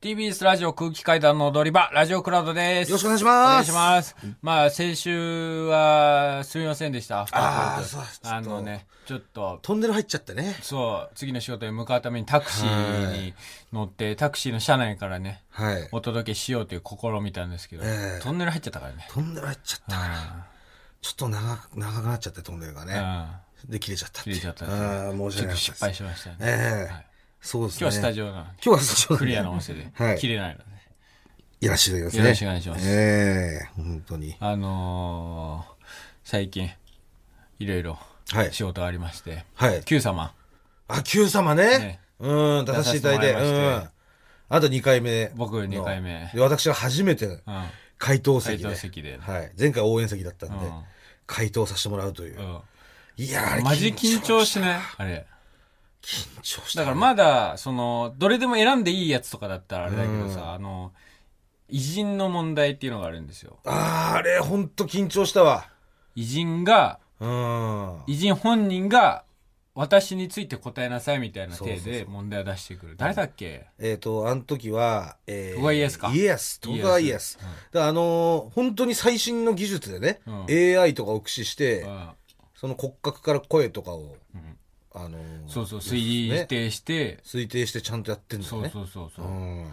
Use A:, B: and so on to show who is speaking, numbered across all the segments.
A: TBS ラジオ空気階段の踊り場、ラジオクラウドです。
B: よろしくお願いします
A: お願いします。まあ、先週は、すみませんでした。アフタートーク
B: あーそうです
A: あのね、ちょっと、
B: トンネル入っちゃってね。
A: そう、次の仕事に向かうためにタクシーに乗って、タクシーの車内からね、
B: はい。
A: お届けしようという試みたんですけど、
B: ええ
A: トンネル入っちゃったからね。
B: トンネル入っちゃったから。ちょっと長く、長くなっちゃって、トンネルがね。
A: う
B: で、切れちゃったって
A: ん。
B: いう。
A: 切れちゃったん
B: ああ、
A: で
B: 申し
A: すねちょ
B: 訳
A: っ
B: な
A: と
B: い。
A: 失敗しましたね。
B: え
A: は
B: え
A: い。
B: そうですね。
A: 今日はスタジオなので、
B: 今日はスタジオで
A: クリアな音声で
B: は、い
A: 切れないので。
B: やらせていただきますね。
A: よろしくお願いします
B: ええ本当に。
A: あのー最近、いろいろ
B: はい
A: 仕事がありまして、
B: はい。
A: Q 様、
B: あ、Q 様ね
A: ね。
B: うん、出させていただいて。
A: 出させてもらいま
B: うん。あと2回目の。
A: 僕二回目
B: で、私は初めて
A: うん、
B: 回答席
A: 回
B: で。
A: 答席で
B: はい。前回応援席だったんで
A: うん、
B: 回答させてもらうという
A: う。ん
B: いやーあれ
A: マジ緊張し
B: い。
A: ないあれ。
B: 緊張した。
A: だからまだ、その、どれでも選んでいいやつとかだったらあれだけど
B: うん
A: さ、あの、偉人の問題っていうのがあるんですよ。
B: あーあれ、ほんと緊張したわ。
A: 偉人が、
B: うん。
A: 偉人本人が、私について答えなさいみたいな体
B: そうそう
A: で問題を出してくる。誰だっけ
B: えっ、と、あの時は、えー、
A: 徳川家康か
B: イエス、徳川家康。
A: うん
B: だからあのー本当に最新の技術でね、
A: うん
B: AI とかを駆使して、
A: うん
B: その骨格から声とかを、
A: ん
B: あのー
A: そうそう、
B: ね
A: 推定して、
B: 推定してちゃんとやってんだよ
A: そう
B: ね。
A: そうそうそう。
B: うん。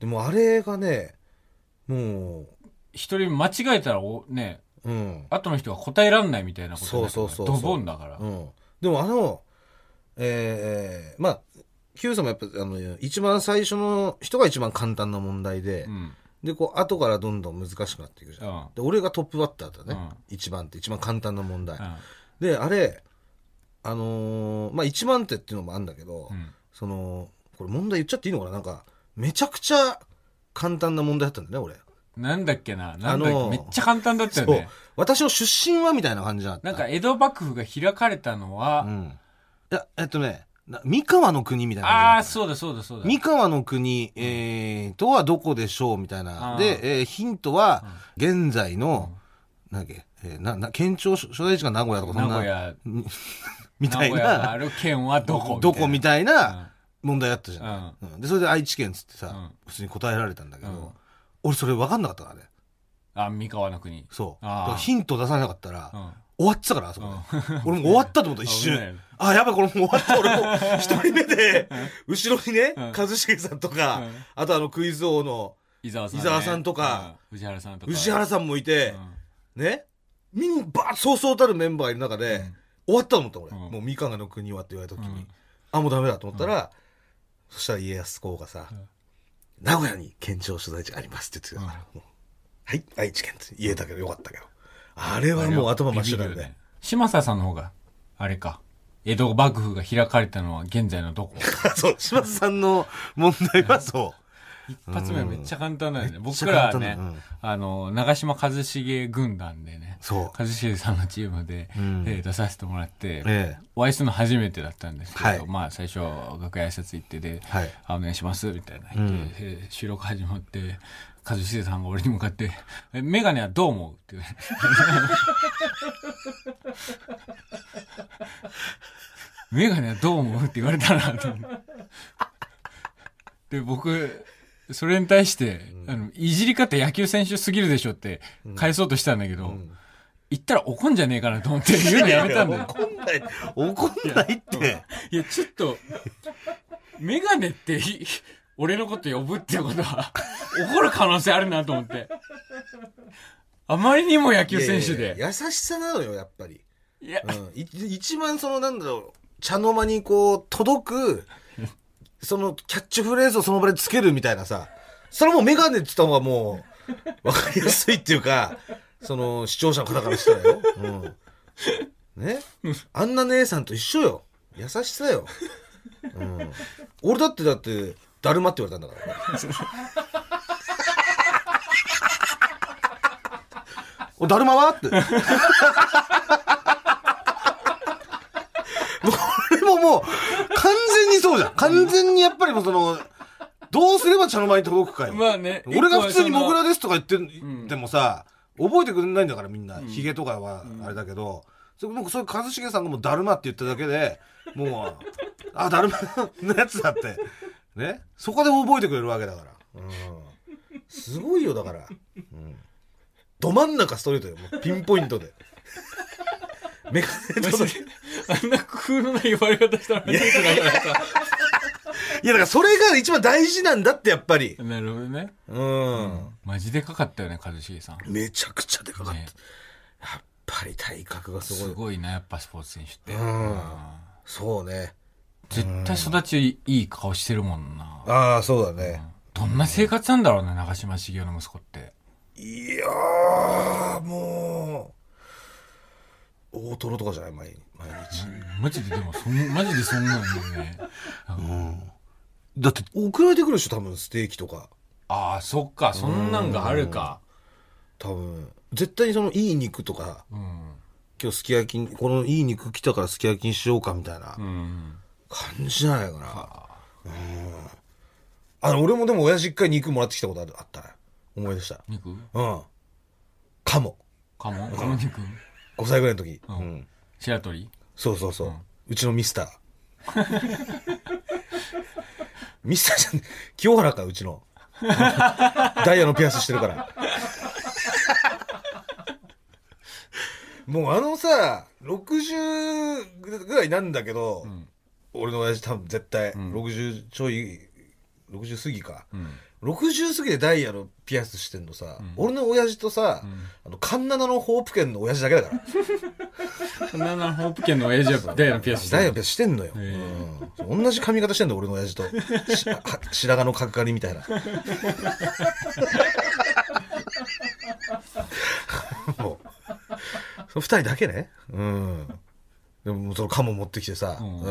B: でもあれがね、も
A: 一人間違えたらお、ね、
B: う、うん。
A: 後の人が答えらんないみたいなことになるから
B: そうそうそうそう
A: ドボンだから。
B: うん、でもあの、えー、まあ、Q さんもやっぱ、あの、一番最初の人が一番簡単な問題で、
A: うん。
B: で、こう、後からどんどん難しくなっていくじゃん。
A: うん
B: で、俺がトップバッターだったね。
A: うん
B: 一番って、一番簡単な問題。
A: うん
B: で、あれ、あのーまあ、一番手っていうのもあるんだけど、
A: うん
B: その、これ問題言っちゃっていいのかななんか、めちゃくちゃ簡単な問題だったんだよね、俺。
A: なんだっけな、なんだっけ、
B: あのー
A: めっちゃ簡単だったよね。
B: 私の出身はみたいな感じだった。
A: なんか江戸幕府が開かれたのは、
B: うん。いや、えっとね、な三河の国みたいな感じだった
A: ああ、そうだそうだそうだ。
B: 三河の国、えー、とはどこでしょうみたい
A: あ
B: な。
A: ー
B: で、えーヒントは、現在の、なんだっけ、えーな、な、県庁所所在地が名古屋とかそん
A: 名
B: な、
A: 古屋、
B: みた
A: 名
B: い
A: 古屋が
B: な、
A: ある県はどこ
B: どこみ
A: い
B: たいな
A: な。
B: 問題だったじゃ。
A: うんん。
B: うんで、それで愛知県っつってさ、
A: うん
B: 普通に答えられたんだけど、
A: うん
B: 俺それ分かんなかったからね。
A: あ、三河の国。
B: そう。だ
A: あー
B: からヒント出さなかったら、
A: うん。
B: 終わってたから、あそこで。俺もう終わったと思った、一
A: 危ない
B: 瞬。あ、やばい、これもう終わ った。俺もう一人目で、後ろにね、
A: うん
B: 一茂さんとか
A: うん、
B: あとあのクイズ王の、
A: 伊沢さん、ね。
B: 伊沢さんとか
A: うん、宇治原さんとか。
B: 宇原さんもいて
A: う、ん
B: ねみんばーそうそうたるメンバーいる中で、終わったと思った俺、
A: うん
B: もう三河の国はって言われた時に、
A: うん
B: あもうダメだと思ったら、そしたら家康公がさ、
A: ん
B: 名古屋に県庁所在地がありますって言ってたから、もうはい愛知県って言えたけどよかったけどあれはもう頭真っ白だよ
A: ビビる
B: ね。
A: 嶋佐さんの方が、あれか。江戸幕府が開かれたのは現在のどこ
B: そう島津さんの問題はそう
A: 一発目めっちゃ簡単だよね。
B: めっち
A: 僕ら
B: ゃ簡
A: は
B: 単
A: ね
B: だ、うん
A: あの、長嶋一茂軍団でね、
B: そう
A: 一茂さんのチームで、
B: うん
A: えー出させてもらって、
B: ええ
A: お会いするの初めてだったんですけど、
B: はい
A: まあ最初楽屋挨拶行ってで、
B: はい
A: あお願いしますみたいな言って、えー収録始まって一茂さんが俺に向かって「えメガネはどう思う?」って言うメガネはどう思う?」って言われたなと思ってで僕それに対して、あのいじり方野球選手すぎるでしょって返そうとしたんだけど、言ったら怒んじゃねえかなと思って言うのやめたんだよ
B: 怒んない怒んないって
A: いや、ちょっと、メガネってひ、俺のこと呼ぶっていうことは、怒る可能性あるなと思って。あまりにも野球選手
B: いやい
A: で。
B: や優しさなのよやっぱり
A: いや、
B: うん、い一番そのなんだろう茶の間にこう届くそのキャッチフレーズをその場でつけるみたいなさそれはもうメガネって言った方がもう分かりやすいっていうかその視聴者の方からしたらよ、うん、ねあんな姉さんと一緒よ優しさよ、うん、俺だってだってだるまって言われたんだからねおだるまはってこれももう、完全にそうじゃん。完全にやっぱりもうその、どうすれば茶の間に届くかよ。
A: まあね。
B: 俺が普通にモグラ
A: で。
B: ですとか言って、でもさ、覚えてくれないんだからみんな。ヒゲとかはあれだけど、それもうそういう一茂さんがもうだるまって言っただけで、もう、あ、だるまのやつだって。ね。そこで覚えてくれるわけだから。うんすごいよだから、うん、ど真ん中ストレートよもうピンポイン トでメガネとのい
A: あんな工夫のない言われ方したら初めてだからさ
B: やだからそれが一番大事なんだってやっぱり
A: なるほどね。
B: うん、
A: マジでかかったよね、一茂さん。
B: めちゃくちゃでかかった、
A: ね
B: やっぱり体格がすごい
A: すごいな、やっぱスポーツ選手って。
B: うんそうね
A: 絶対育ちいい顔してるもんな。
B: ああそうだね、
A: どんな生活なんだろうね、長嶋茂雄の息子って。
B: いやーもう大トロとかじゃない毎毎日、
A: マジででもそん、マジでそんなんだよね。
B: だって送られてくるでしょ多分ステーキとか
A: ああ、そっか、そんなんがあるか。
B: 多分絶対にそのいい肉とか
A: うん。
B: 今日すき焼きにこのいい肉来たからすき焼きにしようかみたいな
A: うん。
B: 感じじゃないかなうんあの俺もでも親父一回肉もらってきたことあるあったな思い出した
A: 肉
B: うんかも
A: カモカモ肉
B: 5歳ぐらいの時、
A: ん
B: うん
A: 白鳥
B: そうそうそう。うちのミスター。 ミスターじゃん、清原か、うちの。 ダイヤのピアスしてるから。もうあのさ、60ぐらいなんだけど、俺の親父多分絶対、60ちょい、60過ぎか。60過ぎでダイヤのピアスしてんのさ、俺の親父とさ、あの、カンナナのホープ県の親父だけだから。
A: そんななホープ県のエージャダイヤのピアスして
B: ダイヤ
A: る
B: のピアスしてんのよ。
A: へ
B: うん、同じ髪型してんだよ俺の親父と。しは白髪の角刈りみたいな。 もう。その二人だけね。うん。でも、そのカモ持ってきてさ。うんん。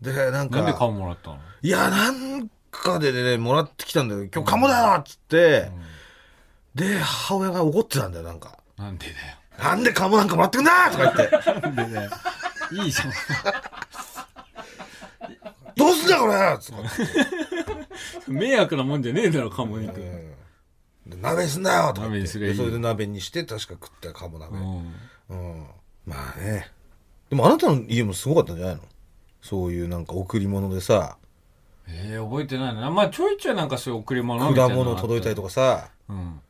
B: で、なんか。
A: なんでカモもらったの
B: いや、なんかでね、もらってきたんだよ。今日カモだよっつって、で、母親が怒ってたんだよ、なんか。
A: なんで
B: なんでカモなんかもらってくんだとか言っ
A: だ
B: て。
A: よなんでだよいいじゃん
B: どうすんだこれつって。
A: 迷惑なもんじゃねえだろカモ肉
B: で鍋にすんなよとか
A: 鍋
B: 言
A: に
B: っ
A: す
B: て
A: りゃいい
B: それで鍋にして確か食ったかも鍋、
A: う
B: うん
A: ん
B: まあねでもあなたの家もすごかったんじゃないのそういうなんか贈り物でさ
A: えー覚えてないなまあちょいちょいなんかそういう贈り物みたい
B: 果
A: な
B: 物届いたりとかさ
A: うん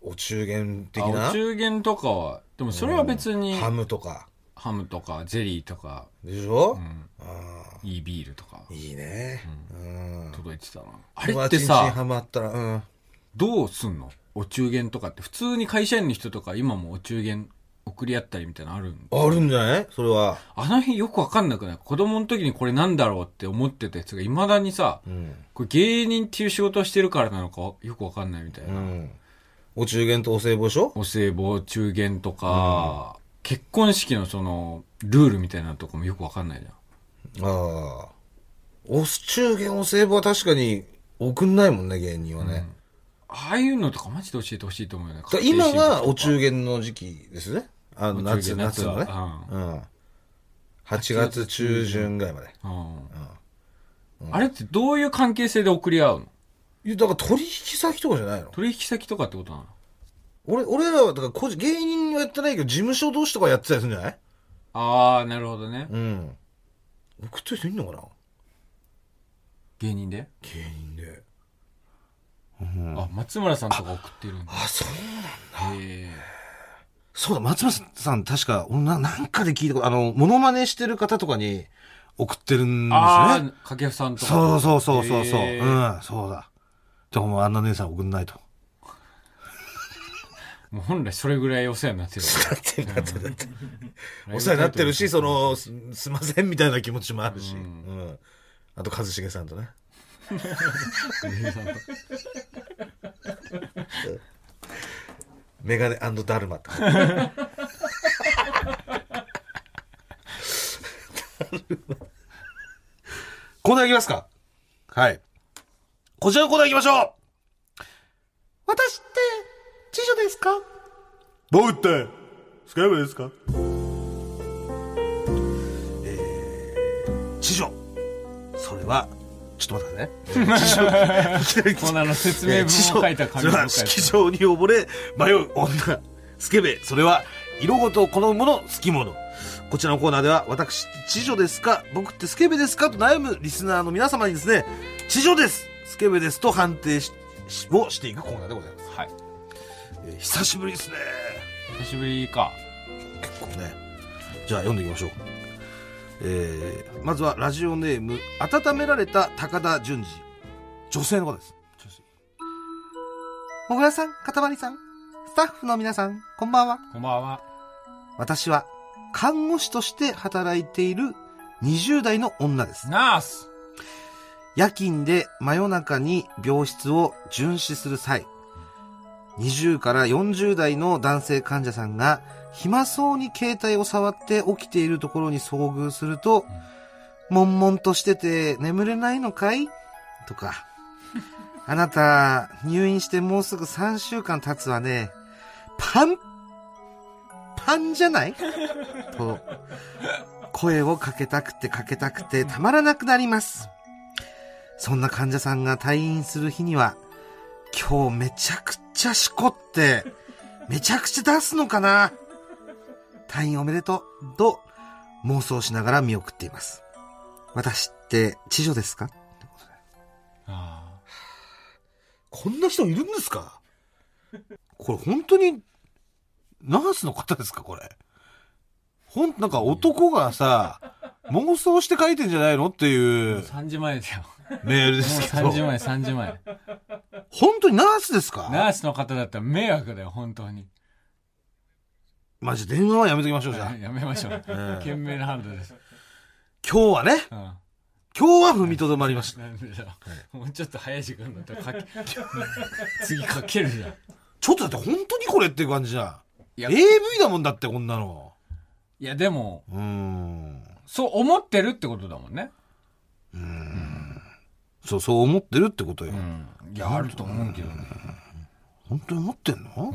B: お中元的
A: あお
B: な
A: 中元とかはでもそれは別に
B: ハムとか
A: ハムとかゼリーとか
B: でしょ、
A: うん
B: あ
A: いいビールとか
B: ーいいねうん
A: 届いてたなあれ
B: 友
A: って
B: 達んちに
A: さ
B: ハムあったらうん
A: どうすんのお中元とかって普通に会社員の人とか今もお中元送り合ったりみたいなのあるん
B: あるんじゃないそれは
A: あの辺よくわかんなくない子供の時にこれなんだろうって思ってたやつが未だにさ、
B: うん、
A: これ芸人っていう仕事をしてるからなのかよくわかんないみたいうな。
B: ん、お中元とお歳暮でしょ
A: お歳暮、中元とか、結婚式のその、ルールみたいなのとかもよくわかんないじゃん。
B: ああ。お中元お歳暮は確かに送んないもんね、芸人はね。
A: ああいうのとかマジで教えてほしいと思うよね。
B: だから今はお
A: 確定申
B: 中元の時期ですね。あの、
A: お中
B: 夏、
A: 元
B: 夏のね
A: 夏は。
B: うん。8月中旬ぐらいまで。
A: 告とかうんあれってどういう関係性で送り合うの
B: いや、だから取引先とかじゃないの
A: 取引先とかってことなの
B: 俺、俺らは、だから個人、芸人はやってないけど、事務所同士とかやってたりするんじゃない
A: ああ、なるほどね。
B: うん。送ってる人いんのかな
A: 芸人で、
B: 芸人で。
A: あ、松村さんとか送ってるんだ。
B: あ、そうなんだ。
A: へ
B: そうだ、松本さん、確か、俺な、なんかで聞いたこと、あの、モノマネしてる方とかに送ってる
A: ー
B: んです
A: あ
B: ね。
A: あ、掛布さんとか。
B: そうそうそうそうそう。
A: へ
B: う
A: ー
B: ん、そうだ。でももうあんな姉さん送んない と。
A: もう本来それぐらいお世話になってる。
B: だって、だって、だって。お世話になってるし、その、すすいませんみたいな気持ちもあるし。うん。あと、一茂さんとね。メガネダルマ とか。コーナーいきますかはい。こちらのコーナーいきましょう私って、次女ですか
C: 僕って、スカイブですか
B: 知女それはちょっと待ってくださいね 知女いきなり
A: コーナーの説
B: え
A: 明文
B: ー
A: を
B: 知女
A: 書いた
B: そ
A: 紙
B: れ
A: を書い
B: は
A: た
B: 式場に溺れ迷う女スケベそれは色ごと好むもの好きものこちらのコーナーでは私知女ですか僕ってスケベですかと悩むリスナーの皆様にですね知女ですスケベですと判定しをしていくコーナーでございます。
A: はい。
B: えー久しぶりですね。
A: 久しぶりか。
B: 結構ね。じゃあ読んでいきましょう。えーまずはラジオネーム、温められた高田純次。女性の方です。もぐらさん、かたまりさん、スタッフの皆さん、こんばんは。
A: こんばんは。
B: 私は、看護師として働いている20代の女です。
A: ナース
B: 夜勤で真夜中に病室を巡視する際、20から40代の男性患者さんが暇そうに携帯を触って起きているところに遭遇すると、悶々としてて眠れないのかいとか、あなた入院してもうすぐ3週間経つわね。パン、パンじゃないと、声をかけたくてかけたくてたまらなくなります。そんな患者さんが退院する日には、今日めちゃくちゃしこ って、めちゃくちゃ出すのかな退院おめでとう、と妄想しながら見送っています。私って、知女ですか
A: あ
B: こんな人いるんですかこれ本当に、ナースの方ですかこれ。ほん、なんか男がさ、妄想して書いてんじゃないのってい
A: あ。
B: う
A: 3時前だ よ。
B: メールで
A: もう
B: すけ
A: 3
B: ど。
A: 時前、3時前。
B: 本当にナースですか
A: ナースの方だったら迷惑だよ、本当に。
B: まじ電話はやめときましょう、じゃあ。
A: やめましょう。
B: 今
A: 賢明な判断です。
B: 日はね、
A: うん。
B: 今日は踏みとどまりました。
A: なんでだろうもうちょっと早い時間だったらかけ、 次かけるじゃん。
B: ちょっとだって本当にこれっていう感じじゃん。
A: いや
B: AV だもんだって、こんなの。
A: いや、でも、
B: うーん。
A: そう思ってるってことだもんね。
B: そう、そう思ってるってことよ。
A: うん。いや、あると思うけどね。
B: 本当に思ってんの、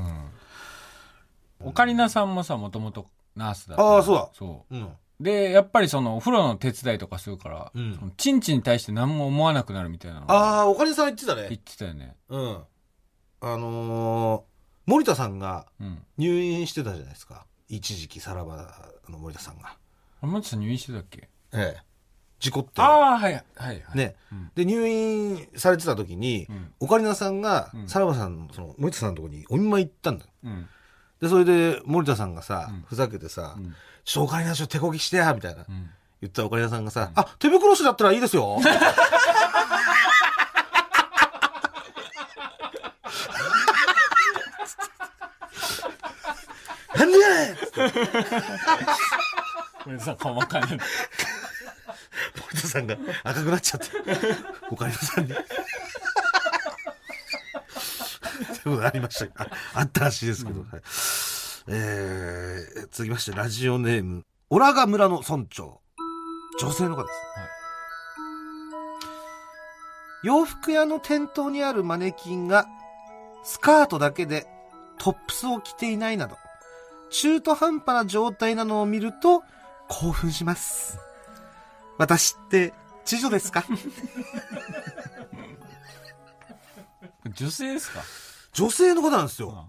A: オカリナさんもさ、もともとナースだった。
B: ああ、そうだ。
A: そ
B: うん。
A: う。で、やっぱりその、お風呂の手伝いとかするから、
B: うん
A: そのチンチンに対して何も思わなくなるみたいなの
B: ああ、おかりさん言ってたね
A: 言っ。てたよね。
B: うん。あのー、森田さんが
A: うん。
B: 入院してたじゃないですか。一時期、さらばの森田さんが。
A: あれ、マさん入院してたっけ
B: ええ。事故って。
A: ああ、はい、はい、はい。
B: ね
A: うん。
B: で、入院されてた時に
A: う、ん。
B: オカリナさんが
A: う、ん
B: さらばさんの、その、森田さんのとこにお見舞い行ったんだよ
A: うん。
B: で、それで、森田さんがさ、
A: うん
B: ふざけてさ、
A: うん
B: ちょっとオカリナちょっと手こぎしてや、みたいな
A: う。ん。
B: 言ったらオカリナさんがさ、あ、手袋しだったらいいで すよ。 なんでやねん
A: これさ、細かい。
B: 森田さんが赤くなっちゃって、オカリナさんに。ということがありましたああったらしいですけど、はいえー続きましてラジオネームオラガ村の村長女性の方です、
A: はい
B: 洋服屋の店頭にあるマネキンがスカートだけでトップスを着ていないなど中途半端な状態なのを見ると興奮します私って知女ですか
A: 女性ですか
B: 女性の方なんですよ、
A: うん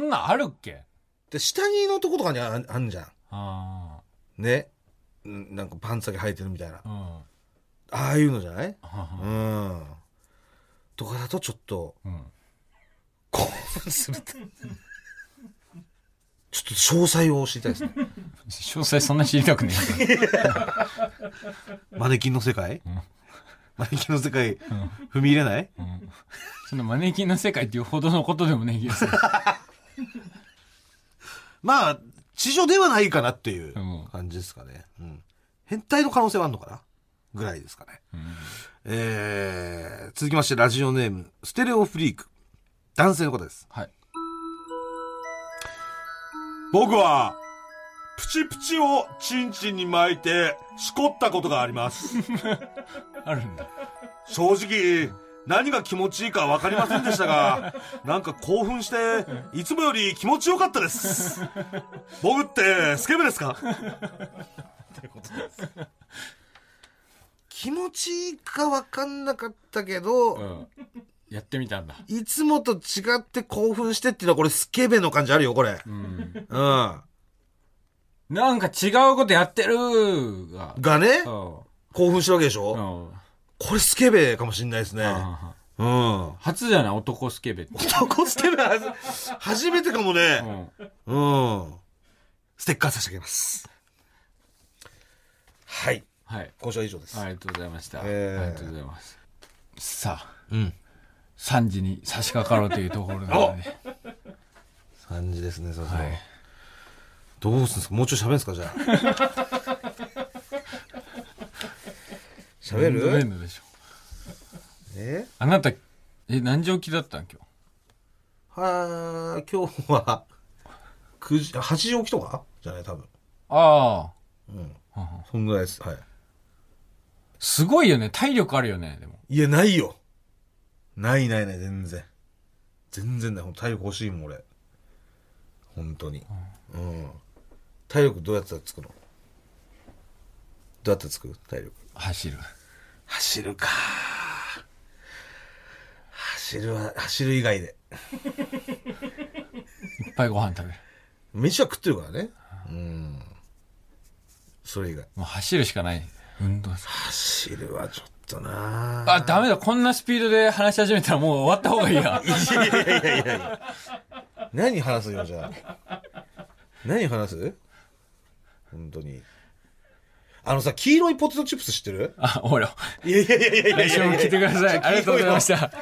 A: こんなんあるっけ
B: で下着のとことかにああんじゃん
A: あ
B: ねうんなんかパンツだけ履いてるみたいな
A: あ。うん。
B: ああいうのじゃない
A: あ
B: うんとかだとちょっと
A: ーうん。
B: 興奮するってちょっと詳細を知りたいですね
A: 詳細そんな知りたくねえか
B: マネキンの世界、
A: ん
B: マネキンの世界踏み入れない
A: ら。うん。そのマネキンの世界っていうほどのことでもねえ気がする。
B: まあ地上ではないかなっていう
A: うん
B: 感じですかね、うん、変態の可能性はあるのかなぐらいですかね
A: うん
B: えー、続きましてラジオネームステレオフリーク男性の方です
A: はい。
C: 僕は、プチプチをチンチンに巻いて、しこったことがあります。
A: あるんだ。
C: 正直、何が気持ちいいか分かりませんでした が、なんか興奮して、いつもより気持ちよかった です。僕って、スケベですか
B: 気持ちいいか分かんなかったけど、
A: うん。やってみたんだ。
B: いつもと違って興奮してっていうのはこれスケベの感じあるよ、これ。
A: うん。
B: うん。が
A: なんか違うことやってるが。
B: ね、
A: そ
B: 興奮してるわけでしょ、
A: う。うん。
B: これスケベかもしんないですね。
A: あ
C: うん。
A: 初じゃない男スケベって。
C: 男スケベはず初めてかも
A: う
C: ね。
A: ん。
C: うん。ステッカー差し上げます。
B: はい。
A: はい。
B: 今週は以上です。
A: ありがとうございました。
B: えー
A: ありがとうございます。さあ、
B: うん。
A: 3時に差し掛かろうというところなので、
B: 感じですね、そろそろ。
A: はい。
B: どうすんですかもうちょい喋るんですかじゃあ。喋
A: 何度目
B: る
A: のでしょう。
B: え
A: あなた、え、何時起きだったん今
B: は今日は、9時、8時起きとかじゃない多分。
A: 日。あ
B: うん。
A: あ。はんはん
B: そんぐらいです。はい。
A: すごいよね。体力あるよね、でも。
B: いや、ないよ。ないないない、全然。全然ない。ほんと体力欲しいもん、俺。本当に。うん。体力どうやってつくのどうやってつく体力。
A: 走る。
B: 走るか。走るは、走る以外で。
A: いっぱいご飯食べる。
B: 飯は食ってるからね。うん。それ以外。
A: もう走るしかない。運動する
B: 走るはちょっとな
A: あ、ダメだ。こんなスピードで話し始めたらもう終わった方がいい や。
B: いやいやいやいやいや。何話すよ、じゃあ。何話す本当に。あのさ、黄色いポテトチップス知ってる
A: あ、終わりよ
B: いやいやいやいやいや
A: 来週も聞いてください。ありがとうございました。